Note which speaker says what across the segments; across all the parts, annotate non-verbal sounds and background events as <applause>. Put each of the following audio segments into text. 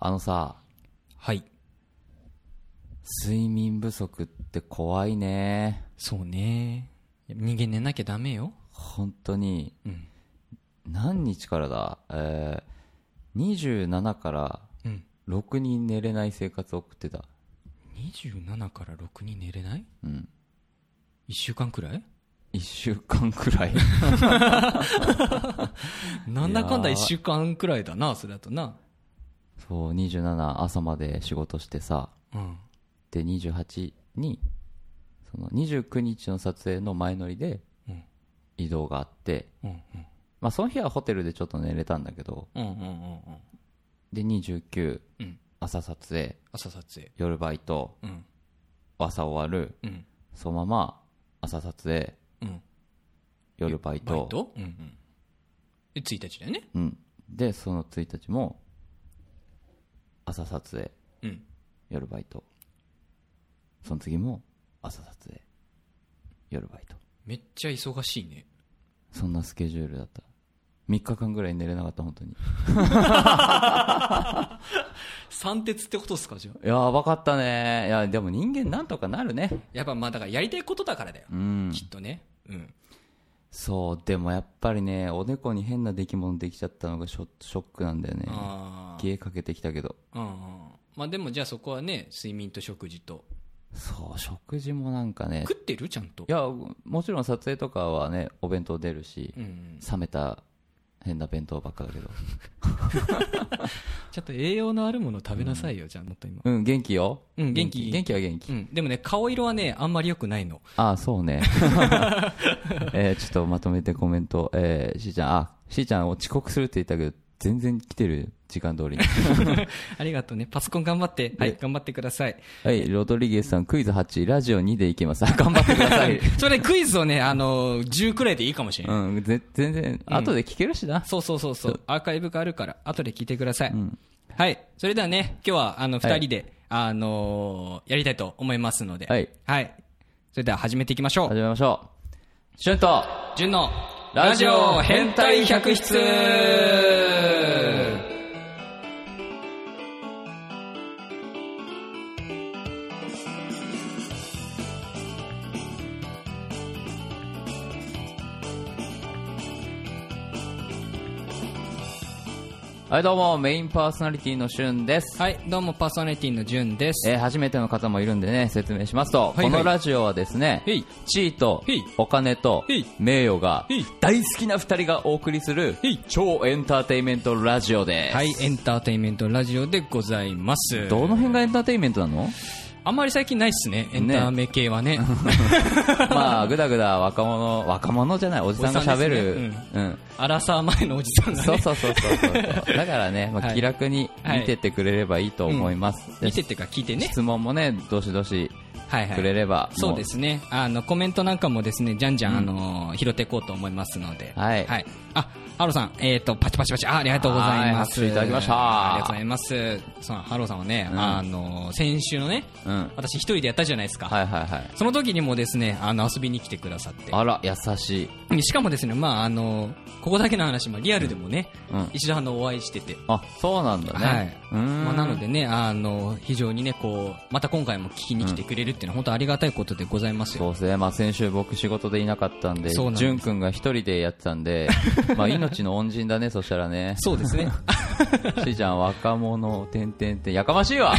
Speaker 1: あのさ、
Speaker 2: はい。
Speaker 1: 睡眠不足って怖いね。
Speaker 2: そうね。人間寝なきゃダメよ。
Speaker 1: 本当に。
Speaker 2: うん。
Speaker 1: 何日からだえー、27から
Speaker 2: うん。
Speaker 1: 6に寝れない生活を送ってた。
Speaker 2: 27から6に寝れない
Speaker 1: うん。
Speaker 2: ?1 週間くらい
Speaker 1: 1週間く
Speaker 2: <laughs>
Speaker 1: らい。
Speaker 2: なんだかんだ
Speaker 1: いやー
Speaker 2: 1週間くらいだな、それだとな。
Speaker 1: そう、27朝まで仕事してさ、
Speaker 2: うん。
Speaker 1: で、28に、その29日の撮影の前乗りで
Speaker 2: うん、
Speaker 1: 移動があって、
Speaker 2: うん
Speaker 1: まあその日はホテルでちょっと寝れたんだけど、
Speaker 2: うん。うんうんうんうん。
Speaker 1: で、29、
Speaker 2: うん
Speaker 1: 朝撮影、
Speaker 2: 朝撮影。
Speaker 1: 夜バイト、
Speaker 2: うん。
Speaker 1: 朝終わる、
Speaker 2: うん。
Speaker 1: そのまま、朝撮影、
Speaker 2: うん。
Speaker 1: 夜バイト。
Speaker 2: バイトうんうん。で、1日だよね。
Speaker 1: うん。で、その1日も、朝撮影、
Speaker 2: うん。
Speaker 1: 夜バイト。その次も、朝撮影、夜バイト。
Speaker 2: めっちゃ忙しいね。
Speaker 1: そんなスケジュールだった。3日間ぐらい寝れなかった、本当に。
Speaker 2: 三鉄ってことっすか、じゃあ。
Speaker 1: いやー、わかったね。いや、でも人間なんとかなるね。
Speaker 2: やっぱまあ、だからやりたいことだからだよ。
Speaker 1: うん。
Speaker 2: きっとね。うん。
Speaker 1: そう、でもやっぱりね、おでこに変な出来物できちゃったのがショショックなんだよね。
Speaker 2: あ
Speaker 1: 消えかけてきたけど。
Speaker 2: あ。うんうん。まあでもじゃあそこはね、睡眠と食事と。
Speaker 1: そう、食事もなんかね。
Speaker 2: 食ってるちゃんと
Speaker 1: い。や、もちろん撮影とかはね、お弁当出るし。
Speaker 2: うんうん。
Speaker 1: 冷めた変な弁当ばっかだけど
Speaker 2: ちょっと栄養のあるもの食べなさいよ、じゃあもっと今。
Speaker 1: うん元気よ
Speaker 2: うん元気
Speaker 1: 元気は元気、
Speaker 2: うん。でもね、顔色はね、あんまり良くないの。
Speaker 1: ああそうね <laughs> えーちょっとまとめてコメントえーしーちゃんあしーちゃん遅刻するって言ったけど全然来てる時間
Speaker 2: <laughs>
Speaker 1: 通りに
Speaker 2: <laughs> ありがとうね。パソコン頑張って。はい、頑張ってください。
Speaker 1: はいロドリゲスさんクイズ8ラジオ2でいけますあ頑張ってください
Speaker 2: それねクイズをね、あのー、10くらいでいいかもしれない。
Speaker 1: うんぜ全然後で聞けるしな、
Speaker 2: そうそうそうそう。アーカイブがあるから、後で聞いてください。
Speaker 1: ん
Speaker 2: はい。それではね、今日は、あの、
Speaker 1: はい
Speaker 2: 二人で、あのーやりたいと思いますので。
Speaker 1: はい。
Speaker 2: それでは始めていきましょう。
Speaker 1: 始めましょうシュンと
Speaker 2: 純の、
Speaker 1: ラ
Speaker 2: ラ
Speaker 1: ジ
Speaker 2: ジ
Speaker 1: オ
Speaker 2: オ
Speaker 1: 変
Speaker 2: 変
Speaker 1: 態
Speaker 2: 態
Speaker 1: 百
Speaker 2: 百
Speaker 1: 出
Speaker 2: 出
Speaker 1: はいどうもメインパーソナリティのシュンです
Speaker 2: はい、どうもパーソナリティの純です。
Speaker 1: えー初めての方もいるんでね説明しますと、
Speaker 2: いはい
Speaker 1: このラジオはですね
Speaker 2: へい
Speaker 1: 地位と
Speaker 2: へい
Speaker 1: お金と
Speaker 2: へい
Speaker 1: 名誉が
Speaker 2: へい
Speaker 1: 大好きな2人がお送りする
Speaker 2: へい
Speaker 1: 超エンターテインメントラジオです、
Speaker 2: はい、エンターテインメントラジオでございます。
Speaker 1: どの辺がエンターテインメントな
Speaker 2: <laughs>
Speaker 1: の
Speaker 2: あんまり最近ないっすね、エンタメ系は
Speaker 1: <laughs>
Speaker 2: ね。
Speaker 1: まあぐだぐだ若者若者じゃないおじさんがしゃべる、
Speaker 2: おじ
Speaker 1: うん
Speaker 2: アラサー前のおじさんが
Speaker 1: そう
Speaker 2: ね、
Speaker 1: そうそうそうそう
Speaker 2: <laughs>
Speaker 1: だからね、まあ、
Speaker 2: はい
Speaker 1: 気楽に見てってくれればいいと思います、で
Speaker 2: 見てってか聞いてね。
Speaker 1: 質問もねどしどし
Speaker 2: はいは
Speaker 1: くれ
Speaker 2: い。
Speaker 1: れば、も
Speaker 2: そうですね。あの、コメントなんかもですね、じゃんじゃん、あのー、拾っていこうと思いますので。
Speaker 1: はい
Speaker 2: はい。あ、ハローさん、えっと、パチパチパチ、あありがとうございます。
Speaker 1: はい拍手いただきました
Speaker 2: ありがとうございます。そのハローさんはね、
Speaker 1: うん
Speaker 2: あのー、先週のね、
Speaker 1: うん
Speaker 2: 私一人でやったじゃないですか。
Speaker 1: はいはいはい
Speaker 2: その時にもですね、あの、遊びに来てくださって。
Speaker 1: あら優しい
Speaker 2: でしかもですね、まあ、あの、ここだけの話、まあ、リアルでもね、
Speaker 1: うん
Speaker 2: 一度あの、お会いしてて。
Speaker 1: あそうなんだね、
Speaker 2: はい。
Speaker 1: うーん
Speaker 2: まあ、なのでね、あの、非常にね、こう、また今回も聞きに来てくれるっていうのは本当ありがたいことでございますよ。
Speaker 1: そうですね、まあ、先週僕仕事でいなかったんで
Speaker 2: そうなんです
Speaker 1: 潤くんが一人でやってたん
Speaker 2: <laughs>
Speaker 1: でまあ命の恩人だねそしたらね
Speaker 2: そうで
Speaker 1: <laughs>
Speaker 2: す
Speaker 1: し
Speaker 2: ね。
Speaker 1: ーちゃん若者てんてんてんやかましい
Speaker 2: <laughs>
Speaker 1: わ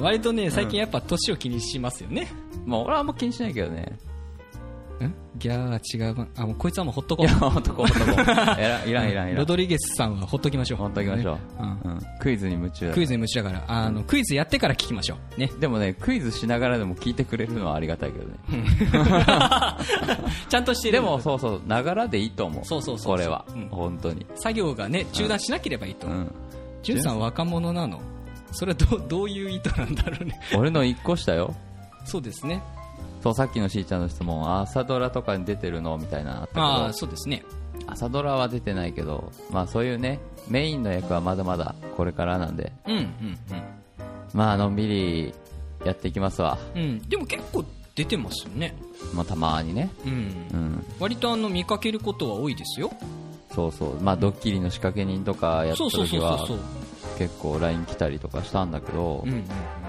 Speaker 2: 割とね、最近やっぱ年を気にしますよね。
Speaker 1: まあ俺はあんま気にしないけどね <laughs>
Speaker 2: んギャー違うわ。あ、もうこいつはもうほっと
Speaker 1: い
Speaker 2: こ
Speaker 1: や
Speaker 2: う。
Speaker 1: ほんとこほんとこい
Speaker 2: <laughs>
Speaker 1: らいらんいらんいら
Speaker 2: ロ
Speaker 1: ん
Speaker 2: ドリゲスさんはほっときましょう。
Speaker 1: ほっときましょう
Speaker 2: ね、うん
Speaker 1: うん、クイズに夢中だ
Speaker 2: クイズに夢中だから、あの、クイズやってから聞きましょう。ね。
Speaker 1: でもねクイズしながらでも聞いてくれるのはありがたいけどね
Speaker 2: ちゃんとしてる
Speaker 1: でもそうそうながらでいいと思う
Speaker 2: そうそうそうそう
Speaker 1: これは、
Speaker 2: うん
Speaker 1: 本当に
Speaker 2: 作業がね、中断しなければいいと
Speaker 1: う
Speaker 2: 思う。
Speaker 1: ん
Speaker 2: ジュンさん若者なのそれはどうどういう意図なんだろうね
Speaker 1: 俺の一個下よ
Speaker 2: そうですね
Speaker 1: そうさっきのしーちゃんの質問朝ドラとかに出てるのみたいなのあったけど
Speaker 2: ああそうですね
Speaker 1: 朝ドラは出てないけど、まあそういうね、メインの役はまだまだこれからなんで、
Speaker 2: うんうん
Speaker 1: まあのんびりやっていきますわ。
Speaker 2: うんうんでも結構出てますよね
Speaker 1: まあたまにね。
Speaker 2: うん、
Speaker 1: うん。
Speaker 2: 割とあの見かけることは多いですよ
Speaker 1: そうそうまあドッキリの仕掛け人とかやった
Speaker 2: そうそう
Speaker 1: 時
Speaker 2: そうそう
Speaker 1: は
Speaker 2: そう
Speaker 1: 結構 LINE 来たりとかしたんだけど
Speaker 2: うんうん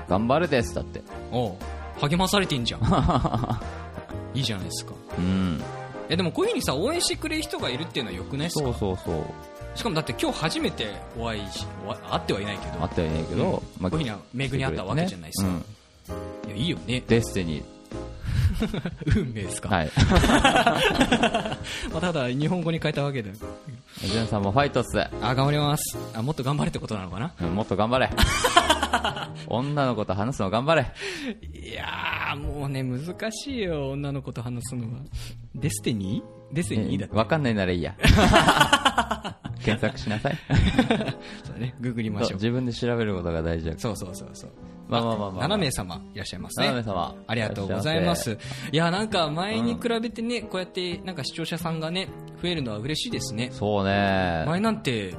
Speaker 1: 頑張るですだって
Speaker 2: おう励まされてんじゃ <laughs> んいいじゃないですか
Speaker 1: うん
Speaker 2: えでもこういうふうにさ応援してくれる人がいるっていうのはよくないっす
Speaker 1: そう
Speaker 2: か
Speaker 1: そうそう
Speaker 2: しかもだって今日初めてお会いしお会会ってはいないけど
Speaker 1: あったよねけど、
Speaker 2: うんこういうふうには恵みあったわけじゃないですか
Speaker 1: うん
Speaker 2: いやいいよね <laughs>
Speaker 1: デスティニー
Speaker 2: 運命です
Speaker 1: <laughs>
Speaker 2: か、
Speaker 1: はい
Speaker 2: まあ、ただ日本語に変えたわけで
Speaker 1: ジュンさんもファイトっす
Speaker 2: あ頑張りますあもっと頑張れってことなのかな
Speaker 1: うんもっと頑張 <laughs> れ女の子と話すの頑張れ
Speaker 2: いやーもうね難しいよ女の子と話すのはデスティニーデスティニーだって
Speaker 1: わかんないならいい <laughs> や検索しなさい
Speaker 2: <laughs> そうだねググりま
Speaker 1: そう
Speaker 2: しょう
Speaker 1: 自分で調べることが大事だから
Speaker 2: そうそうそうそう
Speaker 1: まあまあまあまあ
Speaker 2: 7名様いらっしゃいますね
Speaker 1: 七名様
Speaker 2: ありがとうございますいやなんか前に比べてねこうやってなんか視聴者さんがね増えるのは嬉しいですね
Speaker 1: そうね
Speaker 2: 前なんて1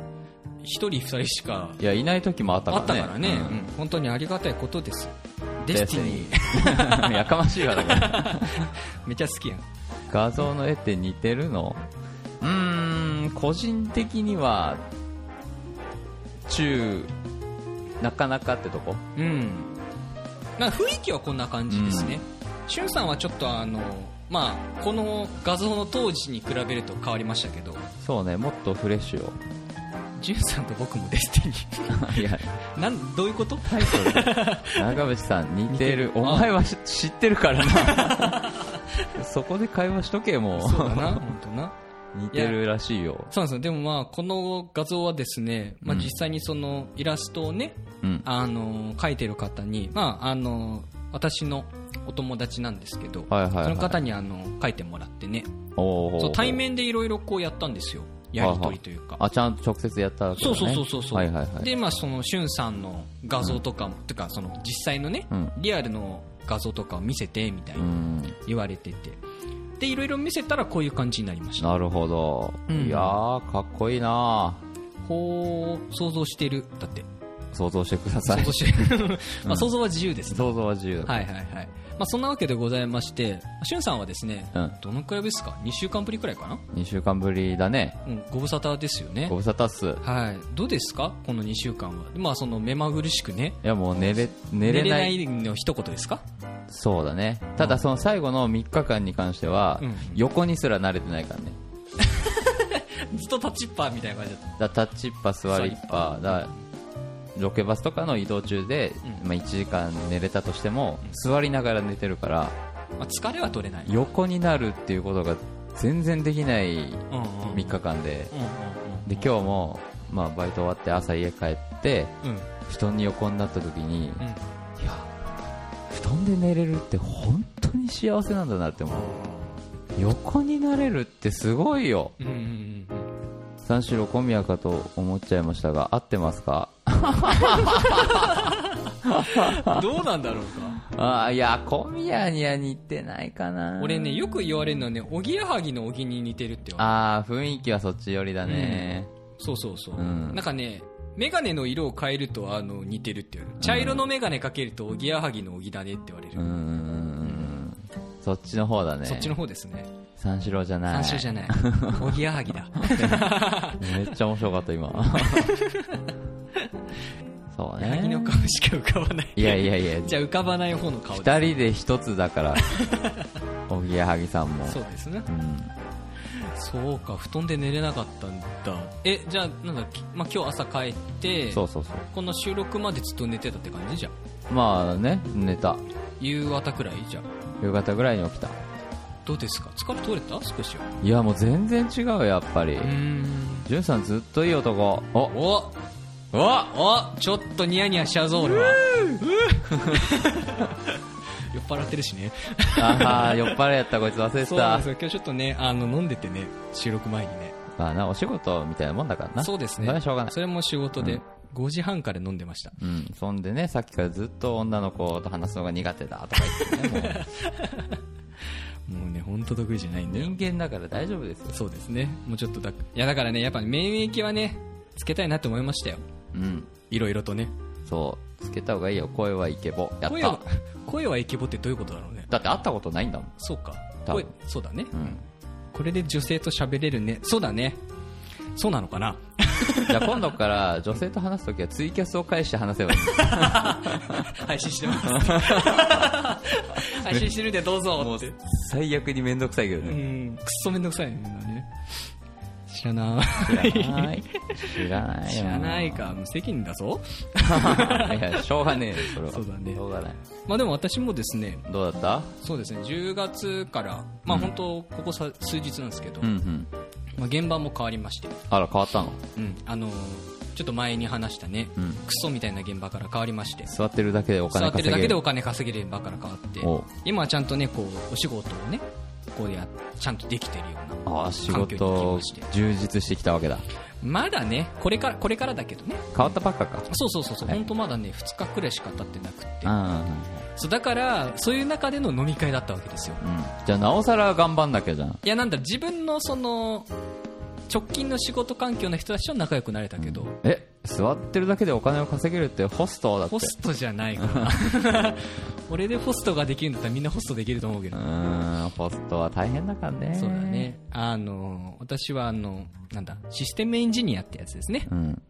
Speaker 2: 人2人しか
Speaker 1: いやいない時もあった
Speaker 2: あ
Speaker 1: か
Speaker 2: った
Speaker 1: らね
Speaker 2: からね、うん本当にありがたいことですデスティニー
Speaker 1: ー <laughs> やかましいわだから
Speaker 2: <laughs>
Speaker 1: <laughs>
Speaker 2: めっちゃ好きやん
Speaker 1: 画像の絵って似てるのうーん個人的には中なかなかってとこ
Speaker 2: うんなんか雰囲気はこんな感じですね、しゅんさんはちょっとあのまあこの画像の当時に比べると変わりましたけど
Speaker 1: そうねもっとフレッシュを
Speaker 2: じゅんさんと僕もデスティ
Speaker 1: <laughs>
Speaker 2: ニ
Speaker 1: いや
Speaker 2: ー <laughs> なんどういうこと
Speaker 1: タイトル長渕さん似てるお前はし知ってるから
Speaker 2: <laughs>
Speaker 1: なそこで会話しとけも
Speaker 2: そうだな <laughs> 本当な
Speaker 1: う似てるらしいよ
Speaker 2: そうなんですよでもまあこの画像はですね、まあ、
Speaker 1: うん
Speaker 2: 実際にそのイラストをね、
Speaker 1: うん
Speaker 2: あの描いてる方に、まあ、あの私のお友達なんですけど、
Speaker 1: はいはいはい
Speaker 2: その方にあの描いてもらってね
Speaker 1: おー
Speaker 2: そう対面でいろいろこうやったんですよやりとりというか
Speaker 1: あちゃんと直接やったわけだ
Speaker 2: そう
Speaker 1: ね
Speaker 2: そうそうそうそう、
Speaker 1: はいはいはい
Speaker 2: でまあそのしゅんさんの画像とかも、てかその実際のね、
Speaker 1: うん
Speaker 2: リアルの画像とかを見せてみたいうに
Speaker 1: ん
Speaker 2: 言われててでいろいろ見せたらこういう感じになりました
Speaker 1: なるほど、
Speaker 2: うん
Speaker 1: いやーかっこいいな
Speaker 2: ほう想像してるだって
Speaker 1: 想像してくださ
Speaker 2: 想
Speaker 1: い
Speaker 2: 像して <laughs> る、まあ、想像は自由ですね、
Speaker 1: 想像は自由だ
Speaker 2: はいはいはい、まあ、そんなわけでございましてしゅんさんはですね、
Speaker 1: うん
Speaker 2: どのくらいですか2週間ぶりくらいかな、
Speaker 1: 2週間ぶりだね
Speaker 2: うん、ご無沙汰ですよね
Speaker 1: ご無沙汰っす
Speaker 2: はいどうですかこの2週間はまあその目まぐるしくね
Speaker 1: いやもう寝れ寝れない
Speaker 2: 寝の一言ですか <laughs>
Speaker 1: そうだねただその最後の3日間に関しては、
Speaker 2: うん
Speaker 1: 横にすら慣れてないからね
Speaker 2: ずっと立ちっぱみたいな感じだっ
Speaker 1: だタッチッパ座りっぱだロケバスとかの移動中で、まあ、1時間寝れたとしても、座りながら寝てるから
Speaker 2: た、まあ、疲れは取れない
Speaker 1: 横になるっていうことが全然できない
Speaker 2: うんうんうんうんうん
Speaker 1: 3日間で
Speaker 2: うん
Speaker 1: で今日も、まあ、バイト終わって朝家帰って
Speaker 2: うん
Speaker 1: 布団に横になった時に、
Speaker 2: うん
Speaker 1: いや布団で寝れるって本当に幸せなんだなって思う横になれるってすごいよ
Speaker 2: うんうんうんうん
Speaker 1: 三四郎小宮かと思っちゃいましたが合ってますか
Speaker 2: どうなんだろ
Speaker 1: <laughs>
Speaker 2: うか
Speaker 1: あーいや小宮には似てないかな
Speaker 2: 俺ねよく言われるのはねおぎやはぎのおぎに似てるって言わ
Speaker 1: ああ雰囲気はそっち寄りだね、
Speaker 2: れるそうそうそう、
Speaker 1: うん
Speaker 2: なんかね眼鏡の色を変えるとあの似てるって言われる茶色の眼鏡かけるとおぎやはぎのおぎだねって言われる、
Speaker 1: うーんそっちの方だね
Speaker 2: そっちの方ですね
Speaker 1: 三四郎じゃない
Speaker 2: 三種じ
Speaker 1: <laughs>
Speaker 2: ゃないおぎやはぎだ
Speaker 1: めっちゃ面白かった今
Speaker 2: <laughs>
Speaker 1: そう
Speaker 2: ヤギの
Speaker 1: ね
Speaker 2: 顔しか浮かばない
Speaker 1: いやいやいや
Speaker 2: <laughs> じゃあ浮かばない方の顔です
Speaker 1: 二人で一つだから
Speaker 2: <laughs>
Speaker 1: おぎやはぎさんも
Speaker 2: そうですね
Speaker 1: うん
Speaker 2: そうか布団で寝れなかったんだえじゃあなんだっけ、まあ、今日朝帰って
Speaker 1: そうそうそう
Speaker 2: この収録までずっと寝てたって感じじゃん
Speaker 1: まあね寝た
Speaker 2: 夕方くらいじゃん
Speaker 1: 夕方ぐらいに起きた
Speaker 2: どうですか疲れ取れた少しはい
Speaker 1: やもう全然違うよやっぱり
Speaker 2: うーん
Speaker 1: じゅんさんずっといい男お
Speaker 2: おおおちょっとニヤニヤしちゃうぞ俺は酔っ払ってるしね
Speaker 1: ああ
Speaker 2: <laughs>
Speaker 1: 酔っ払いやったこいつ忘れて
Speaker 2: そうな
Speaker 1: た
Speaker 2: んですよ今日ちょっとねあの飲んでてね収録前にね
Speaker 1: まあなお仕事みたいなもんだからな
Speaker 2: そうですね
Speaker 1: それはしょうがない
Speaker 2: それも仕事
Speaker 1: う
Speaker 2: で
Speaker 1: ん
Speaker 2: 5時半から飲んでました
Speaker 1: うんそんでねさっきからずっと女の子と話すのが苦手だとか言ってねもう
Speaker 2: もうね本当得意じゃないんだよ
Speaker 1: 人間だから大丈夫ですよ
Speaker 2: そうですね。もうちょっとだ、いやだからね、やっぱ免疫はね、つけたいなと思いましたよ。
Speaker 1: うん
Speaker 2: いろいろとね。
Speaker 1: そうつけた方がいいよ声はイケボやっ
Speaker 2: 声
Speaker 1: た
Speaker 2: は、声はイケボってどういうことだろうね。
Speaker 1: だって会ったことないんだもん
Speaker 2: そうか。
Speaker 1: 多
Speaker 2: 声
Speaker 1: 分、
Speaker 2: そうだね。
Speaker 1: うん
Speaker 2: これで女性と喋れるね。そうだね。そうなのかな
Speaker 1: じゃあ今度から女性と話すときはツイキャスを返して話せ
Speaker 2: <laughs>
Speaker 1: ばいい。
Speaker 2: 配信してます
Speaker 1: <laughs>
Speaker 2: 配信してるんでどうぞって
Speaker 1: 最悪にめんどくさいけど
Speaker 2: う
Speaker 1: ね。
Speaker 2: んくっそめんどくさいねみんなね知らな
Speaker 1: 知らない。知らないよ。
Speaker 2: い <laughs> 知らないか無責任だぞ
Speaker 1: <laughs> いや、しょうがねえよ、それは。
Speaker 2: そうだね
Speaker 1: しょうがない。
Speaker 2: まあでも私もですね
Speaker 1: どうだった
Speaker 2: そうですね10月からまあ本当ここさ数日なんですけど、
Speaker 1: うんうん。
Speaker 2: まあ、現場も変わりまして、
Speaker 1: あら、変わったの
Speaker 2: あのーちょっと前に話したね、
Speaker 1: うん
Speaker 2: クソみたいな現場から変わりまして
Speaker 1: 座ってるだけでお
Speaker 2: 座
Speaker 1: 金
Speaker 2: って
Speaker 1: 稼
Speaker 2: るだ
Speaker 1: げ
Speaker 2: け
Speaker 1: る。
Speaker 2: でお金稼げる現場から変わって
Speaker 1: おう
Speaker 2: 今はちゃんとねこうお仕事をねこうやちゃんとできてるような
Speaker 1: ああ、仕
Speaker 2: 環境に
Speaker 1: 事
Speaker 2: まして、
Speaker 1: 充実してきたわけだ。
Speaker 2: まだねこれからこれからだけどね
Speaker 1: 変わったばっかか。
Speaker 2: そうそうそうそう
Speaker 1: はい
Speaker 2: 本当まだね2日くらいしか経ってなくって
Speaker 1: うん。
Speaker 2: そうだからそういう中での飲み会だったわけですよ
Speaker 1: うんじゃあ、なおさら頑張んなきゃじゃん。
Speaker 2: いやなんだ自分のその直近の仕事環境の人たちと仲良くなれたけど、
Speaker 1: え、座ってるだけでお金を稼げるってホストだって
Speaker 2: ホ。ストじゃないからな <laughs> 俺でホストができるんだったらみんなホストできると思うけ
Speaker 1: う
Speaker 2: ど、
Speaker 1: ーん、ホストは大変だからね。
Speaker 2: そうだ。ねあの私はあのなんだシステムエンジニアってやつですね
Speaker 1: うん。
Speaker 2: うん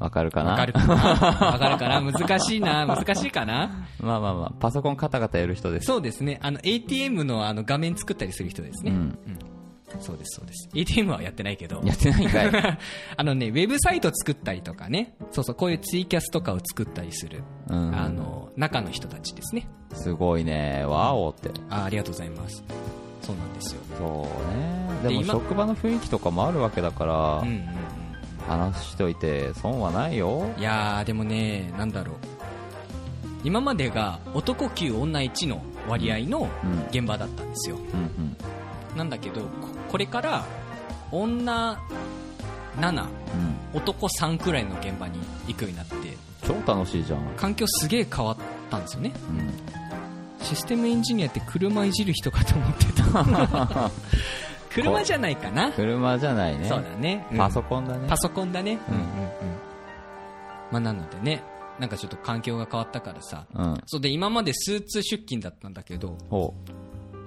Speaker 1: わかるかな
Speaker 2: わかるかなわかるかな難しいな難しいかな
Speaker 1: まあまあまあ、パソコンカタカタやる人です。
Speaker 2: そうですねあの ATM のあの画面作ったりする人ですね、
Speaker 1: うん
Speaker 2: そうですそうです ATM はやってないけど
Speaker 1: やってないんかい。
Speaker 2: <laughs> あのねウェブサイト作ったりとかねそうそうこういうツイキャスとかを作ったりする、
Speaker 1: うん
Speaker 2: あの中の人たちですね
Speaker 1: すごいね。わおって。
Speaker 2: あありがとうございますそうなんですよ
Speaker 1: そうね。で
Speaker 2: で
Speaker 1: も
Speaker 2: 今
Speaker 1: 職場の雰囲気とかもあるわけだから、
Speaker 2: うんうんうん
Speaker 1: 話しといて損はないよ。
Speaker 2: いやーでもねなんだろう今までが男9女1の割合の
Speaker 1: うん
Speaker 2: 現場だったんですよ、
Speaker 1: うんうん。
Speaker 2: なんだけどここれから女7
Speaker 1: うん。
Speaker 2: 男3くらいの現場に行くようになって
Speaker 1: 超楽しいじゃん。
Speaker 2: 環境すげえ変わったんですよね
Speaker 1: うん。
Speaker 2: システムエンジニアって車いじる人かと思っ
Speaker 1: <laughs>
Speaker 2: てた車じゃないかな、
Speaker 1: 車じゃないね。
Speaker 2: そうだね、うん
Speaker 1: パソコンだね。
Speaker 2: パソコンだね、
Speaker 1: うん
Speaker 2: まあ、なのでねなんかちょっと環境が変わったからさ
Speaker 1: うん。
Speaker 2: そうで今までスーツ出勤だったんだけど
Speaker 1: ほ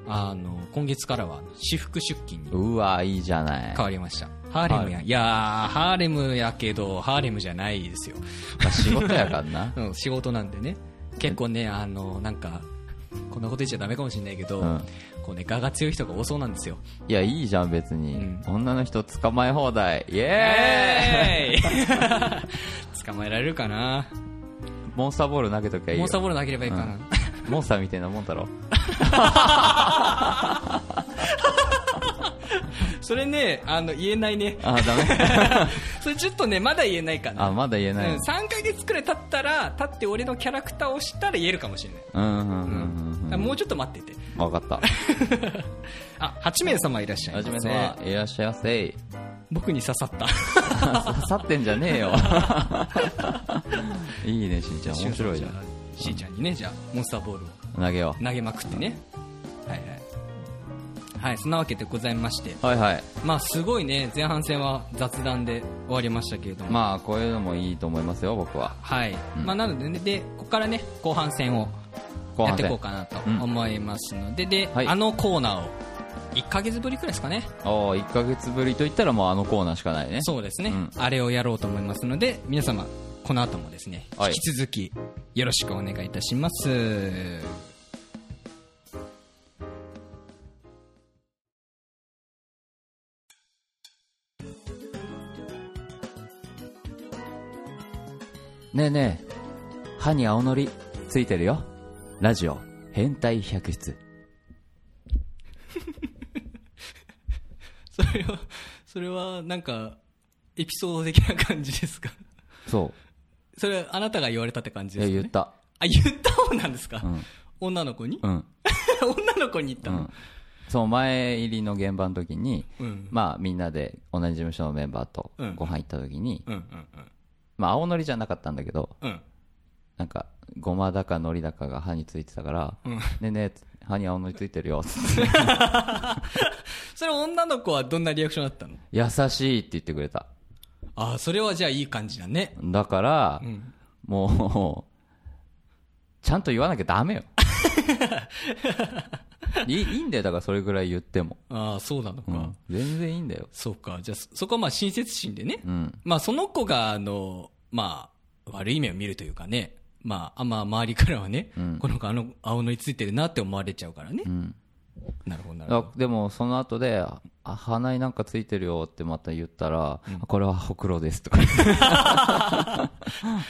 Speaker 2: あの今月からは私服出勤
Speaker 1: う。
Speaker 2: に
Speaker 1: うわ、いいじゃない。
Speaker 2: 変わりましたハーレムや、、
Speaker 1: はい
Speaker 2: やーハーレムやけどハーレムじゃないですよ、。
Speaker 1: まあ仕事やからな <laughs>
Speaker 2: うん、仕事なんでね結構ねあのなんかこんなこと言っちゃダメかもしれないけど、
Speaker 1: うん。
Speaker 2: こうね、我が強い人が多そうなんですよ。
Speaker 1: いや、いいじゃん、別に。
Speaker 2: うん
Speaker 1: 女の人捕まえ放題。イエ
Speaker 2: えーい <laughs> 捕まえられるかな
Speaker 1: ーイモンスターボール投げときゃいいよ。
Speaker 2: モンスターボール投げればいいかな、
Speaker 1: うんモンスターみたいなもんだろ。
Speaker 2: <laughs> それね、あの、言えな
Speaker 1: <laughs>
Speaker 2: いね。
Speaker 1: あ、ダメ。
Speaker 2: それちょっとね、まだ言えないかな。
Speaker 1: あ、まだ言え
Speaker 2: うん、
Speaker 1: ないの。
Speaker 2: 3ヶ月くらい経ったら、経って俺のキャラクターをしたら言えるかもしれない。
Speaker 1: うんうんう
Speaker 2: うんん、
Speaker 1: うん
Speaker 2: もうちょっと待ってて。
Speaker 1: うん。わかった。
Speaker 2: あ、8名様いらっしゃいま
Speaker 1: は
Speaker 2: す。
Speaker 1: じめさん、いらっしゃいませ。
Speaker 2: 僕に刺さった。
Speaker 1: 刺さってんじゃねえ <laughs> よ。いいね、しんちゃん。面白いじゃん。。
Speaker 2: <laughs> しーちゃんにね、じゃあ、モンスターボールを
Speaker 1: 投げよ
Speaker 2: 投げまくってね。はいはい。はい、そんなわけでございまして。
Speaker 1: う。はいはい。
Speaker 2: まあすごいね前半戦は雑談で終わりましたけれども、
Speaker 1: まあ、こういうのもいいと思いますよ、僕は。
Speaker 2: はい、まあなのでねでここからね後半戦を
Speaker 1: 後
Speaker 2: やっ
Speaker 1: 半
Speaker 2: てい
Speaker 1: 戦
Speaker 2: こう。かなと思いますので、で、
Speaker 1: はい
Speaker 2: あのコーナーを1ヶ月ぶりくらいですかね
Speaker 1: おー、1ヶ月ぶりといったらもうあのコーナーしかないね。
Speaker 2: そうですね、
Speaker 1: うん
Speaker 2: あれをやろうと思いますので皆様この後もですね
Speaker 1: はい
Speaker 2: 引き続きよろしくお願いいたします、
Speaker 1: ねえねえ、歯に青のりついてるよ。ラジオ、変態百出。
Speaker 2: それはそれはなんかエピソード的な感じですか
Speaker 1: そ
Speaker 2: それはあなたが言われたって感じ
Speaker 1: う。い
Speaker 2: です
Speaker 1: や、
Speaker 2: か、ね、
Speaker 1: 言った。
Speaker 2: あ言った方なんですか、
Speaker 1: うん。
Speaker 2: 女の子に <laughs>
Speaker 1: うん。
Speaker 2: 女の子に言った
Speaker 1: う
Speaker 2: の、
Speaker 1: ん。そう、前入りの現場の時に、
Speaker 2: うん
Speaker 1: まあみんなで同じ事務所のメンバーと
Speaker 2: うん
Speaker 1: ご飯行った時に、
Speaker 2: うんうんうん
Speaker 1: まあ青のりじゃなかったんだけど、
Speaker 2: うん
Speaker 1: なんか、ごまだかのりだかが歯についてたから、
Speaker 2: うん
Speaker 1: ねえねえ、歯に青のりついてるよ、 <laughs> つって
Speaker 2: それ女の子はどんなリアクションだったの
Speaker 1: 優しいって言ってくれた。
Speaker 2: ああそれはじゃあいい感じだね
Speaker 1: だから、
Speaker 2: ん <laughs>
Speaker 1: もう、ちゃんと言わなきゃダメよ。いいいんだよ、だからそれぐらい言っても。
Speaker 2: ああ、そうなのか。
Speaker 1: うん全然いいんだよ。
Speaker 2: そうか。じゃあ、そそこはまあ親切心でね。
Speaker 1: うん。
Speaker 2: まあ、その子が、あの、まあ、悪い目を見るというかね。まあ、あんま周りからはね、
Speaker 1: うん
Speaker 2: この子あの、青のりついてるなって思われちゃうからね。
Speaker 1: うん。
Speaker 2: なるほど、なるほ
Speaker 1: あでも、その後で、あ鼻になんかついてるよってまた言ったら、あこれはほくろです
Speaker 2: <laughs>
Speaker 1: とか。 <laughs> あ、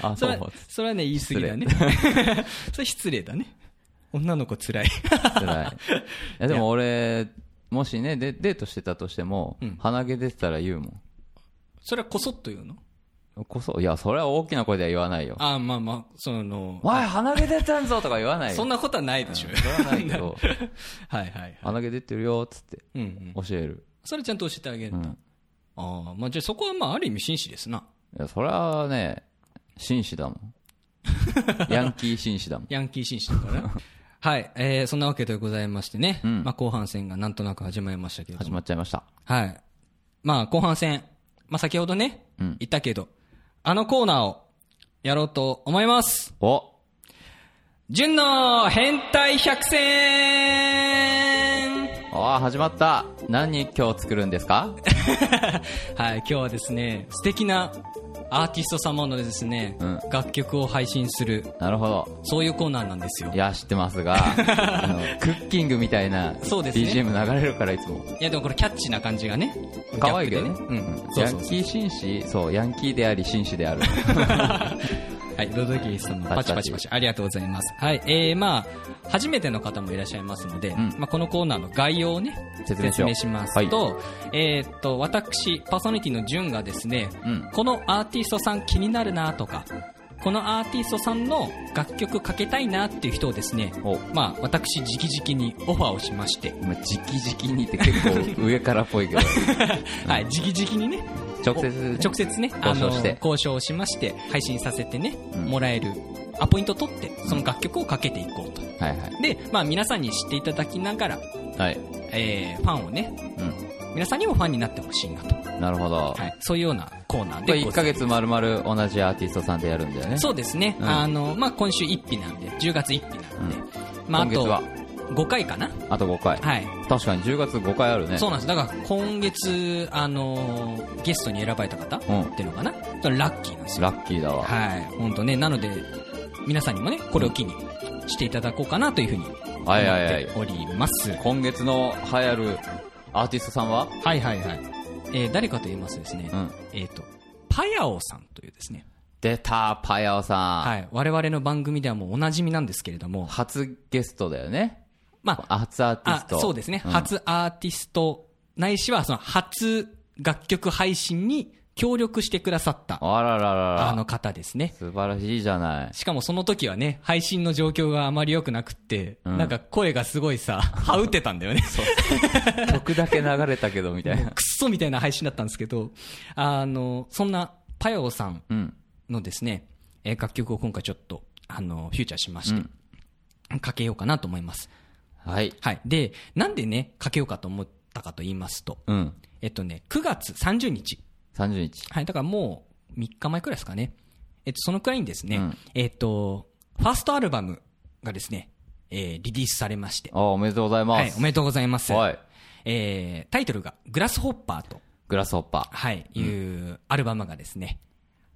Speaker 2: ど。そ
Speaker 1: そ
Speaker 2: れ
Speaker 1: う
Speaker 2: は。、それはね、言い過ぎだね。 <laughs> それ失礼だね。女の子辛い。
Speaker 1: 辛い。いや、でも俺、もしね、デデートしてたとしても、
Speaker 2: うん
Speaker 1: 鼻毛出てたら言うも
Speaker 2: それはこそっと言うの
Speaker 1: ん。こそ、いや、それは大きな声では言わないよ。
Speaker 2: ああ、まあまあ、その、
Speaker 1: おい、鼻毛出てんぞとか言わないよ。
Speaker 2: そん
Speaker 1: な、
Speaker 2: なことはないでしょ。
Speaker 1: 言わないけど、
Speaker 2: <laughs> はいはい。
Speaker 1: 鼻毛出てるよっつって
Speaker 2: うんうん。
Speaker 1: 教える。
Speaker 2: それちゃんと教えてあげる
Speaker 1: うん
Speaker 2: だ。ああ、まあじゃあそこはまあある意味紳士ですな。
Speaker 1: いや、それはね、紳士だも
Speaker 2: <laughs>
Speaker 1: ん。ヤンキー紳士だもん。
Speaker 2: ヤンキー紳士だから <laughs> ね。はい、えー、そんなわけでございましてね。
Speaker 1: うん
Speaker 2: まあ後半戦がなんとなく始まりましたけれど
Speaker 1: 始
Speaker 2: も。
Speaker 1: まっちゃいました。
Speaker 2: はい。まあ後半戦、まあ先ほどね、
Speaker 1: うん
Speaker 2: 言ったけど、あのコーナーをやろうと思います。
Speaker 1: お
Speaker 2: 純の変態百選
Speaker 1: あー始まった何今日作るんですか
Speaker 2: はい、今日はですね、素敵なアーティスト様のですね、
Speaker 1: うん
Speaker 2: 楽曲を配信する、
Speaker 1: なるほど。
Speaker 2: そういうコーナーなんですよ。
Speaker 1: いや、知ってます
Speaker 2: <laughs>
Speaker 1: が、あのクッキングみたいな
Speaker 2: そうですね
Speaker 1: BGM 流れるからいつも。
Speaker 2: いや、でもこれキャッチーな感じがね。
Speaker 1: 可愛いけどね。
Speaker 2: ギャップでうん。そう
Speaker 1: ヤ
Speaker 2: そう
Speaker 1: ン
Speaker 2: そ
Speaker 1: キー紳士、そう、ヤンキーであり紳士である。
Speaker 2: う。はい、ロドリゲス様、パ
Speaker 1: パ
Speaker 2: チ
Speaker 1: チ
Speaker 2: パ
Speaker 1: パ
Speaker 2: チ
Speaker 1: チ
Speaker 2: パチ。ありがとうございます。はい、えー、まあ、初めての方もいらっしゃいますので、
Speaker 1: ん
Speaker 2: まあ、このコーナーの概要をね、
Speaker 1: 説明しよう
Speaker 2: ますと、えーっと、私、パーソナリティのジュンがですね、
Speaker 1: うん。
Speaker 2: このアーティストさん気になるなとか、このアーティストさんの楽曲かけたいなっていう人をですね、
Speaker 1: お、
Speaker 2: まあ、私、直々にオファーをしまして、
Speaker 1: 今、じきじきにって結構上からっぽ
Speaker 2: <laughs>
Speaker 1: いけど、
Speaker 2: はい、直々にね、
Speaker 1: 直接、
Speaker 2: 直接ね、
Speaker 1: 交渉して
Speaker 2: あの交渉をしまして、配信させてね、
Speaker 1: うん
Speaker 2: もらえる、アポイント取って、その楽曲をかけていこうと。
Speaker 1: はいはい。
Speaker 2: で、まあ皆さんに知っていただきながら、
Speaker 1: はい。
Speaker 2: えー、ファンをね、
Speaker 1: う
Speaker 2: 皆さんにもファンになってほしいなと。
Speaker 1: ん。なるほど。
Speaker 2: はい、そういうようなコーナー
Speaker 1: こ
Speaker 2: で
Speaker 1: れ
Speaker 2: ご
Speaker 1: 1
Speaker 2: ざ
Speaker 1: ヶ
Speaker 2: います
Speaker 1: 月まるまる同じアーティストさんでやるんだよね。
Speaker 2: そうですね。
Speaker 1: うん
Speaker 2: あの、まあ今週1日なんで、10月1日なんで、
Speaker 1: うん
Speaker 2: まああ
Speaker 1: 今月は
Speaker 2: と、5回かな
Speaker 1: あと5回。
Speaker 2: はい。
Speaker 1: 確かに10月5回あるね。
Speaker 2: そうなんです。だから今月、あのーゲストに選ばれた方、
Speaker 1: うん
Speaker 2: っていうのかなそれラッキーなんですよ。
Speaker 1: ラッキーだわ。
Speaker 2: はい、本当ね、なので、皆さんにもね、これを機にしていただこうかなというふうに思っ
Speaker 1: はいはいはい
Speaker 2: て。おります。
Speaker 1: 今月の流行るアーティストさんは
Speaker 2: はいはいはい。えー誰かと言いますとですね、
Speaker 1: うん。
Speaker 2: えっ、と、パヤオさんというですね、
Speaker 1: 出た、パヤオさん。
Speaker 2: はい、我々の番組ではもうおなじみなんですけれども、
Speaker 1: 初ゲストだよね。
Speaker 2: ま
Speaker 1: 初アーティ
Speaker 2: あ、
Speaker 1: ス
Speaker 2: あ
Speaker 1: ト。
Speaker 2: そうですね、
Speaker 1: うん
Speaker 2: 初アーティスト、ないしはその初楽曲配信に協力してくださった、
Speaker 1: あらららら。
Speaker 2: あの方ですね。
Speaker 1: 素晴らしいじゃ
Speaker 2: <laughs>
Speaker 1: ない。
Speaker 2: しかもその時はね、配信の状況があまり良くなくって、
Speaker 1: うん
Speaker 2: なんか声がすごい
Speaker 1: <laughs>
Speaker 2: さ、はうってたんだよね。
Speaker 1: 曲だけ流れたけど、みたいな。
Speaker 2: クソみたいな配信だったんですけど、あの、そんなパヨさん
Speaker 1: <laughs> うん。
Speaker 2: のですね、えー楽曲を今回ちょっと、あの、フューチャーしま
Speaker 1: う
Speaker 2: して、
Speaker 1: ん。
Speaker 2: かけようかなと思います。
Speaker 1: はい。
Speaker 2: はい。で、なんでね、かけようかと思ったかと言いますと、
Speaker 1: うん。
Speaker 2: えっとね、9月30日。
Speaker 1: 30日。
Speaker 2: はい。だからもう3日前くらいですかね。えっと、そのくらいにですね、
Speaker 1: うん
Speaker 2: えっと、ファーストアルバムがですね、えーリリースされまして、
Speaker 1: あおめでとうございま
Speaker 2: はい、
Speaker 1: す。
Speaker 2: おめでとうございます。
Speaker 1: はい。
Speaker 2: えータイトルが、グラスホッパーと、
Speaker 1: グラスホッパ
Speaker 2: はい、いうアルバムがですね、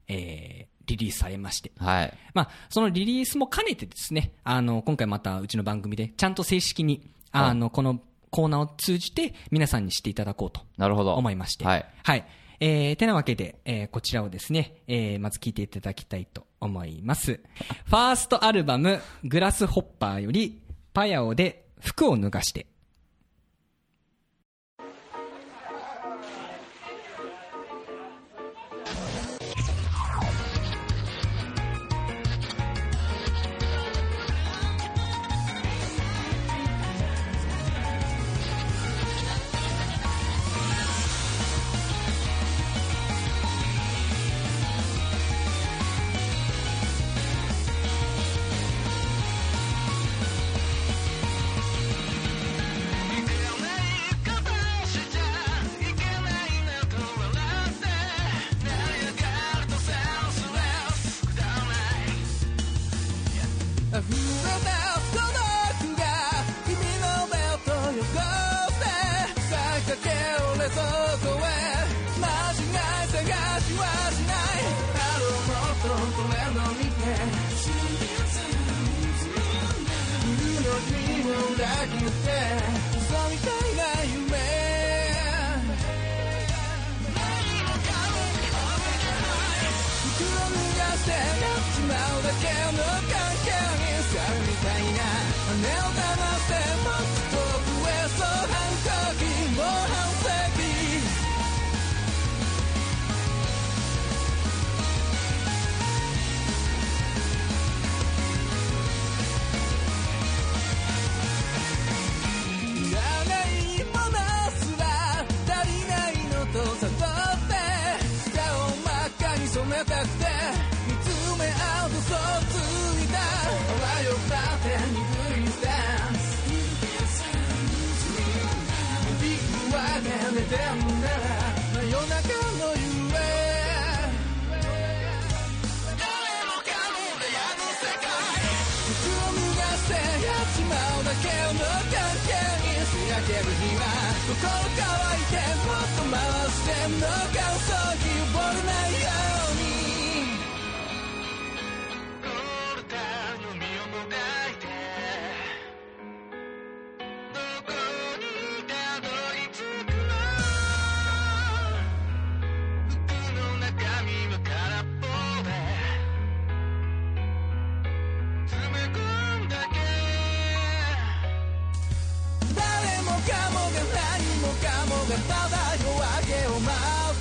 Speaker 2: えーリリースされまして。
Speaker 1: ー。はい。
Speaker 2: まあ、そのリリースも兼ねてですね、あの、今回またうちの番組で、ちゃんと正式に、
Speaker 1: はい
Speaker 2: あの、このコーナーを通じて、皆さんにしていただこうと
Speaker 1: なるほど。
Speaker 2: 思いまして。
Speaker 1: はい。。
Speaker 2: えー、てなわけで、えーこちらをですね、えーまず聞いていただきたいと思います。 <laughs> ファーストアルバム、グラスホッパーより、パヤオで服を脱がして。
Speaker 3: 「暗くて嘘みたいな夢袋脱がせしまうだけの関係に猿みたいな羽をかませもっと増えそう半時もう半世紀いらないものすら足りないのと悟って舌を真っ赤に染めたくて見つめ合うとそうついたあわよくばって鈍いスタンスビッグワーで寝てるなら真夜中の夢誰もかもがやの世界靴を脱がせやっちまうだけの関係にしなける日は心乾いてもっと回してんの感想に溺れないようにロールタンの身をもがいてどこにたどり着くの服の中身は空っぽで詰め込んだけ誰もかもが何もかもがただ夜明けを待っ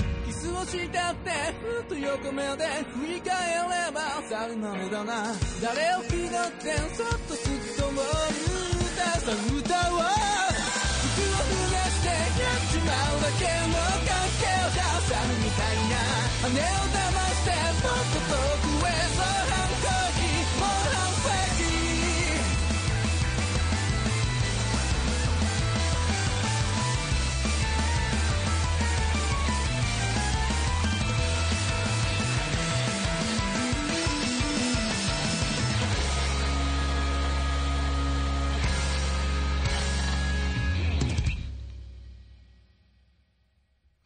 Speaker 3: てキスをしたってふっと横目で振り返れば猿の目だな誰を気取ってそっとすっともう歌さ歌おう服を脱がしてやっちまうだけの関係を出さるみたいな羽を騙してもっと遠くへそう反抗期もう半世紀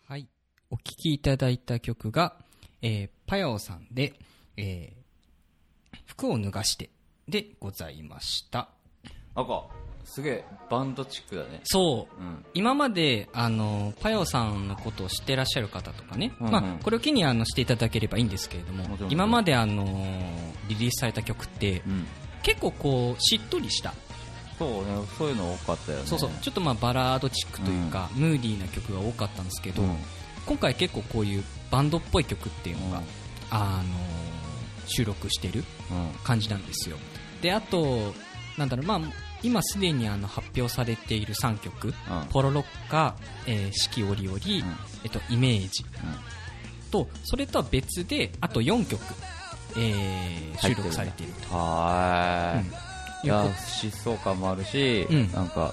Speaker 2: はい。お聴きいただいた曲が、えーパヤオさんで、えー服を脱がしてでございました。
Speaker 1: なんかすげえバンドチックだね
Speaker 2: そう。
Speaker 1: うん
Speaker 2: 今まで、あの、パヤオさんのことを知ってらっしゃる方とかね、
Speaker 1: うんうん
Speaker 2: まあ、これを機にあの、していただければいいんですけれども、
Speaker 1: もちろん
Speaker 2: 今まであの、リリースされた曲って
Speaker 1: う、ん
Speaker 2: 結構こう、しっとりした、
Speaker 1: そうねそういうの多かったよね
Speaker 2: そうそう、ちょっとまあ、バラードチックというか、ムーディーな曲が多かったんですけど、
Speaker 1: うん
Speaker 2: 今回結構こういうバンドっぽい曲っていうのが、
Speaker 1: うん
Speaker 2: あの収録してる
Speaker 1: うん
Speaker 2: 感じなんですよであとなんだろうまあ今すでにあの発表されている3曲、ポロロッカ、えー四季折々、えっと、イメージとそれとは別であと4曲、えー収録されていると
Speaker 1: はーい、い
Speaker 2: うん
Speaker 1: や疾走感もあるし、
Speaker 2: うん
Speaker 1: なんか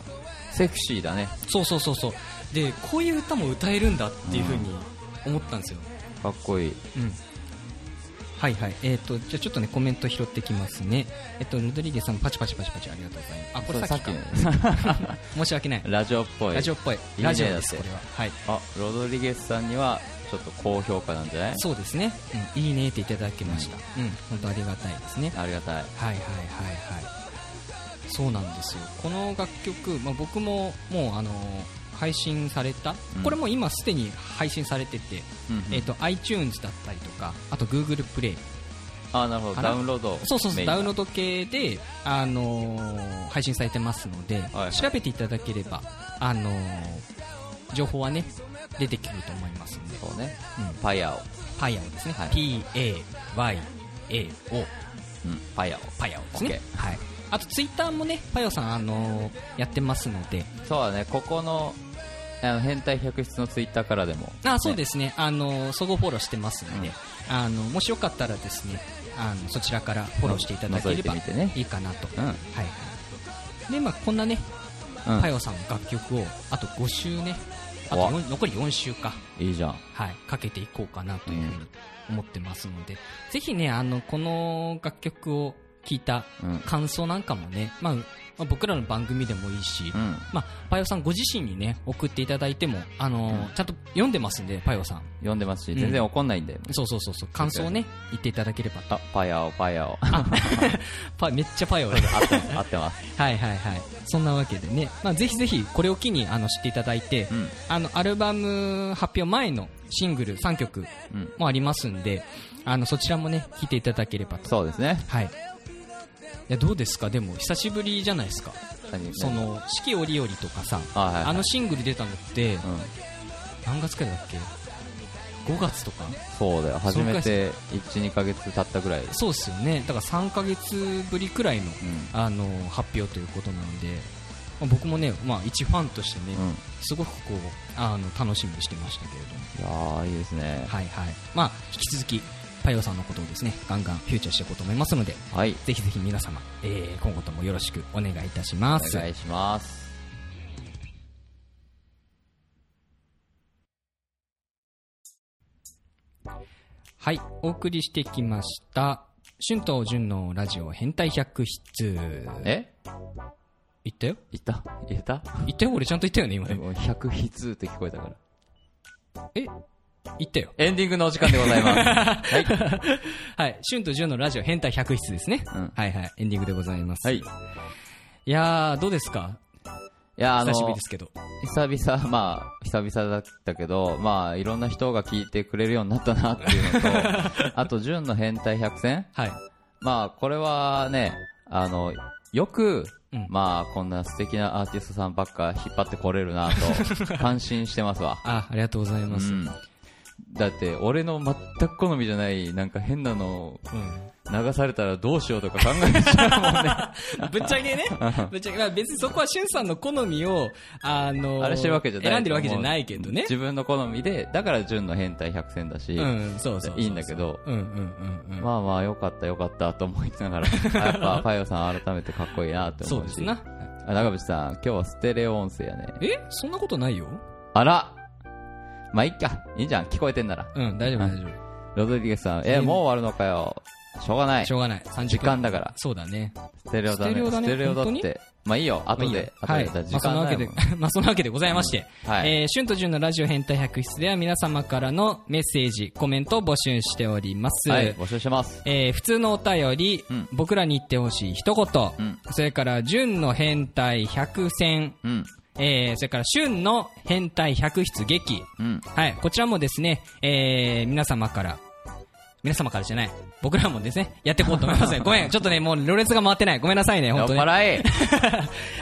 Speaker 1: セクシーだね
Speaker 2: そうそうそうそうでこういう歌も歌えるんだっていうふうに思ったんですよ、
Speaker 1: かっこいい
Speaker 2: うんはいはい、えー、とじゃあちょっとねコメント拾ってきますね、えっとロドリゲさん、パチパチパチパチありがとうございます、あこれさっきか、
Speaker 1: さっきの
Speaker 2: <laughs> 申し訳ない、
Speaker 1: ラジオっぽい
Speaker 2: ラジオっぽい、
Speaker 1: ね
Speaker 2: ラジオです、
Speaker 1: だっ
Speaker 2: こ
Speaker 1: て
Speaker 2: れは、はい、
Speaker 1: あロドリゲスさんにはちょっと高評価なんじゃない
Speaker 2: そうですね、うん、いいねっていただきました、うん、本当ありがたいですね、
Speaker 1: ありがたい
Speaker 2: はいはいはいはい、そうなんですよ、この楽曲、まあ、僕ももう、あのー配信された、
Speaker 1: うん
Speaker 2: これもう今、すでに配信されてて、えー、と iTunes だったりとか、あと Google プレイ。
Speaker 1: あなるほど
Speaker 2: かな
Speaker 1: ダウンロード
Speaker 2: そうそうそ
Speaker 1: メ
Speaker 2: う
Speaker 1: インだ
Speaker 2: ダウンロード系で、あのー配信されてますので、
Speaker 1: いはい
Speaker 2: 調べていただければ、あのー情報はね出てくると思いますので、
Speaker 1: そうね
Speaker 2: うん、
Speaker 1: パヤオ、
Speaker 2: パヤオですね、
Speaker 1: はい
Speaker 2: PAYAO
Speaker 1: うん、パヤ
Speaker 2: パヤオですね、はい、あとツイッターもねパヤオさん、あのーやってますので
Speaker 1: オそうだねここのあの変態百出のツイッターからでも
Speaker 2: あそうですねあのー総合フォローしてますので、
Speaker 1: うん
Speaker 2: あのもしよかったらですねあのそちらからフォローしていただければ
Speaker 1: 覗いてみてね
Speaker 2: いいかなと、
Speaker 1: うん
Speaker 2: はいでまあ、こんなね
Speaker 1: うん
Speaker 2: パヨさんの楽曲をあと5週ねあと
Speaker 1: お
Speaker 2: よん残り4週か、
Speaker 1: いいじゃん
Speaker 2: はい、かけていこうかなというふうに思ってますので、ぜひねあのこの楽曲を聴いた
Speaker 1: うん
Speaker 2: 感想なんかもね、まあ、まあ、僕らの番組でもいいし、
Speaker 1: うん。
Speaker 2: まあ、パヨさんご自身にね送っていただいても、あのーちゃんと読んでますんでパヨさん
Speaker 1: 読んでますし、
Speaker 2: うん
Speaker 1: 全然怒んないんで。
Speaker 2: そうそうそうそう感想をね言っていただければ
Speaker 1: あ、パヤオ、パヤ
Speaker 2: <laughs>
Speaker 1: オ。
Speaker 2: パめっちゃパヨだ
Speaker 1: 合ってます、合ってます。
Speaker 2: はいはいはいそんなわけでね、まあ、ぜひぜひこれを機にあの知っていただいて、
Speaker 1: うん。
Speaker 2: あのアルバム発表前のシングル3曲
Speaker 1: うん。
Speaker 2: もありますんであのそちらもね聴いていただければと
Speaker 1: そうですね。
Speaker 2: はいいやどうですかでも久しぶりじゃないですかそ、の「四季折々」とかさ
Speaker 1: あ、はい、はい。
Speaker 2: あのシングル出たのって
Speaker 1: うん。
Speaker 2: 何月くらいだっけ5月とか
Speaker 1: そうだよ。初めて1、2ヶ月経ったぐらい。
Speaker 2: そうですよねだから3ヶ月ぶりくらいの
Speaker 1: うん。
Speaker 2: あの発表ということなのでまあ僕もね、まあ、一ファンとしてね、
Speaker 1: うん。
Speaker 2: すごくこうあの楽しみにしてましたけれども、
Speaker 1: いやー、いいですね。
Speaker 2: はいはいまあ、引き続き、パヨさんのことをですねガンガンフューチャーしていこうと思いますので、
Speaker 1: はい。
Speaker 2: ぜひぜひ皆様、えー今後ともよろしくお願いいたし
Speaker 1: お
Speaker 2: ます。
Speaker 1: 願いします。
Speaker 2: はい、お送りしてきました。春と純のラジオ変態百室。
Speaker 1: え
Speaker 2: 言ったよ
Speaker 1: 言った言えた
Speaker 2: 言ったよ俺ちゃんと言ったよね、今
Speaker 1: で
Speaker 2: ね。
Speaker 1: も100筆って聞こえたから。
Speaker 2: 言ったよ。
Speaker 1: エンディングのお時間でござい
Speaker 2: <laughs>
Speaker 1: ます。
Speaker 2: はい、春と純のラジオ変態百室ですね。
Speaker 1: うん
Speaker 2: はいはい、エンディングでございます。
Speaker 1: はい。い
Speaker 2: いやー、どうですか
Speaker 1: やー、あの
Speaker 2: 久しぶりですけど。
Speaker 1: 久々、まあ、久々だったけど、まあ、いろんな人が聞いてくれるようになったなっていうの
Speaker 2: <laughs>
Speaker 1: と、あと、純の変態百選
Speaker 2: はい。
Speaker 1: まあ、これはね、あの、よく、
Speaker 2: うん
Speaker 1: まあ、こんな素敵なアーティストさんばっか引っ張ってこれるな
Speaker 2: <laughs>
Speaker 1: と、感心してますわ。
Speaker 2: あ、ありがとうございます。
Speaker 1: う
Speaker 2: うん。
Speaker 1: んだって、俺の全く好みじゃない、なんか変なの流されたらどうしようとか考えちゃ
Speaker 2: <laughs>
Speaker 1: うもんね。
Speaker 2: ぶっちゃけ
Speaker 1: <laughs>
Speaker 2: ね。ぶっちゃけ、まあ、別にそこは俊さんの好みを、あのー
Speaker 1: あれしてるわけじゃない。
Speaker 2: 選んでるわけじゃないけどね。
Speaker 1: 自分の好みで、だから純の変態百選だし、
Speaker 2: うん、そうそうそうそう
Speaker 1: いいんだけど、
Speaker 2: うんうんうんうん。
Speaker 1: まあまあよかったよかったと思いな
Speaker 2: <laughs>
Speaker 1: がら、やっぱパヨさん改めてかっこいいなって
Speaker 2: そ
Speaker 1: 思
Speaker 2: う
Speaker 1: う
Speaker 2: で
Speaker 1: し。
Speaker 2: すな。
Speaker 1: あ長渕さん、今日はステレオ音声やね。
Speaker 2: えそんなことないよ
Speaker 1: あらまあいっか。いいじゃん。聞こえてんなら。
Speaker 2: うん、大丈夫
Speaker 1: う
Speaker 2: 大
Speaker 1: ん
Speaker 2: 丈
Speaker 1: ロドリゲスさん、え、もう終わるのかよ。しょうがな
Speaker 2: 夫。
Speaker 1: い
Speaker 2: し。ょうがない。30
Speaker 1: 時間だから
Speaker 2: そうだね。
Speaker 1: ステレオだね。
Speaker 2: ステレオだね
Speaker 1: ステレオだっ
Speaker 2: 本当
Speaker 1: て。まあいいよ。後で。
Speaker 2: まあいい
Speaker 1: 後で。だ
Speaker 2: やはい。
Speaker 1: って
Speaker 2: ま
Speaker 1: 時
Speaker 2: あ、そん
Speaker 1: 間
Speaker 2: なわ
Speaker 1: な
Speaker 2: け
Speaker 1: い
Speaker 2: で <laughs>
Speaker 1: もん。、
Speaker 2: まあ、そんなわけでございまして。
Speaker 1: はい。
Speaker 2: えー、春と純のラジオ変態百室では皆様からのメッセージ、コメントを募集しております。
Speaker 1: はい。募集してます。
Speaker 2: えー普通のお便り、
Speaker 1: うん
Speaker 2: 僕らに言ってほしい一言、
Speaker 1: うん
Speaker 2: それから、純の変態百選、
Speaker 1: うん。
Speaker 2: えーそれから、旬の変態百出劇、
Speaker 1: うん。
Speaker 2: はい、こちらもですね、えー、皆様から、皆様からじゃない、僕らもですね、やっていこうと思いま
Speaker 1: <laughs>
Speaker 2: すね。ごめん、ちょっとね、もう、ろれつが回ってない。ごめんなさいね、
Speaker 1: 酔
Speaker 2: 本
Speaker 1: っ
Speaker 2: 当に。
Speaker 1: 払い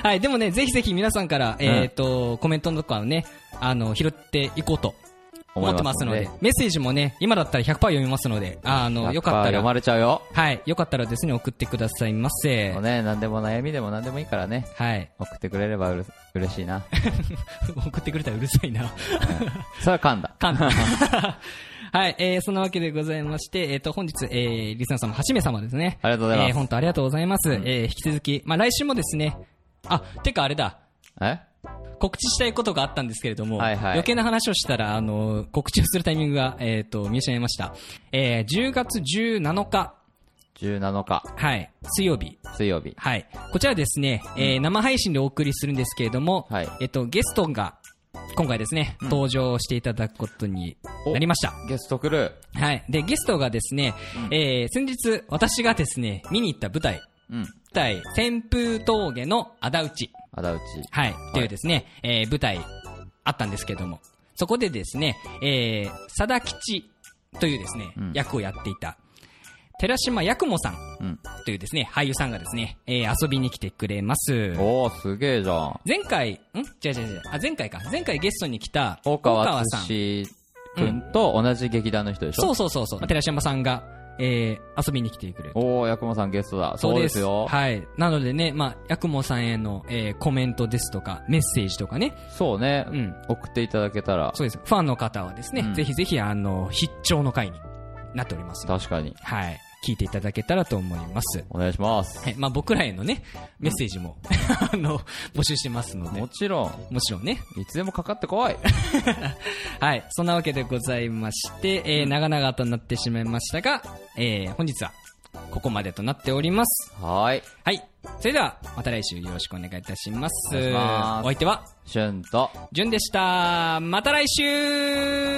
Speaker 2: はい、でもね、ぜひぜひ皆さんから、えっ、と、コメントとかをね、あの、拾っていこうと <laughs> 思ってますので、メッセージもね、今だったら100%読みますので、あの、よかった
Speaker 1: 読ま
Speaker 2: ら、
Speaker 1: れちゃうよ。
Speaker 2: はい、よかったらですね、送ってくださいませ
Speaker 1: もう。ね、何でも悩みでも何でもいいからね。
Speaker 2: はい。 <laughs>
Speaker 1: 送ってくれればうれ嬉しいな。
Speaker 2: 送ってくれたらうるさいな。
Speaker 1: それは噛んだ。
Speaker 2: かん <laughs> はい、えー、そんなわけでございまして、えっ、と、本日、えー、リスナー様、はしめ様ですね。
Speaker 1: ありがとうございます
Speaker 2: えー、本当ありがとうございます。
Speaker 1: ん
Speaker 2: えー、引き続き、まあ、来週もですね、あ、てかあれだ、
Speaker 1: え
Speaker 2: 告知したいことがあったんですけれども、
Speaker 1: はいはい
Speaker 2: 余計な話をしたら、あの、告知をするタイミングが、えっ、と、見失いました。えー、10月17日、
Speaker 1: ?17 日、
Speaker 2: はい、水曜日、
Speaker 1: 水曜日。
Speaker 2: はい。こちらですね、えー生配信でお送りするんですけれども、
Speaker 1: はい
Speaker 2: えっと、ゲストが、今回ですね、登場していただくことになりました。
Speaker 1: ゲスト来る。
Speaker 2: はい。で、ゲストがですね、えー先日、私がですね、見に行った舞台、
Speaker 1: うん。
Speaker 2: 舞台、旋風峠の仇討ち、
Speaker 1: あだうち。
Speaker 2: はい、というですね、えー舞台、あったんですけども、そこでですね、えー、貞吉というですね、
Speaker 1: うん
Speaker 2: 役をやっていた、寺島八雲さん、
Speaker 1: うん。
Speaker 2: というですね、俳優さんがですね、えー遊びに来てくれます。
Speaker 1: おー、すげえじゃん。
Speaker 2: 前回、ん違う違う違う。あ、前回か。前回ゲストに来た、
Speaker 1: 大川敦くんと同じ劇団の人でし
Speaker 2: そ
Speaker 1: ょ
Speaker 2: うそうそうそう。寺島さんが、えー遊びに来てくれる。
Speaker 1: おー、薬もさんゲストだ。そうですよ。
Speaker 2: はい。なのでね、まあ、ヤクモさんへの、えーコメントですとか、メッセージとかね。
Speaker 1: そうね
Speaker 2: うん。
Speaker 1: 送っていただけたら、
Speaker 2: そうです。ファンの方はですね、
Speaker 1: うん
Speaker 2: ぜひぜひ、あの、必聴の回になっておりますので。
Speaker 1: 確かに。
Speaker 2: はい。聞いていただけたらと思います。
Speaker 1: お願いします。
Speaker 2: はい。まあ、僕らへのね、メッセージも、 <laughs> あの、募集してますので
Speaker 1: も。ちろん、
Speaker 2: もちろんね。
Speaker 1: いつでもかかってこい。 <laughs>
Speaker 2: <laughs> はい。そんなわけでございまして、えー長々となってしまいましたが、えー本日はここまでとなっております。
Speaker 1: はーい。
Speaker 2: はい。それでは、また来週よろしくお願いいたします。
Speaker 1: お願いします
Speaker 2: お相手は、
Speaker 1: シュンと
Speaker 2: じゅんでした。また来週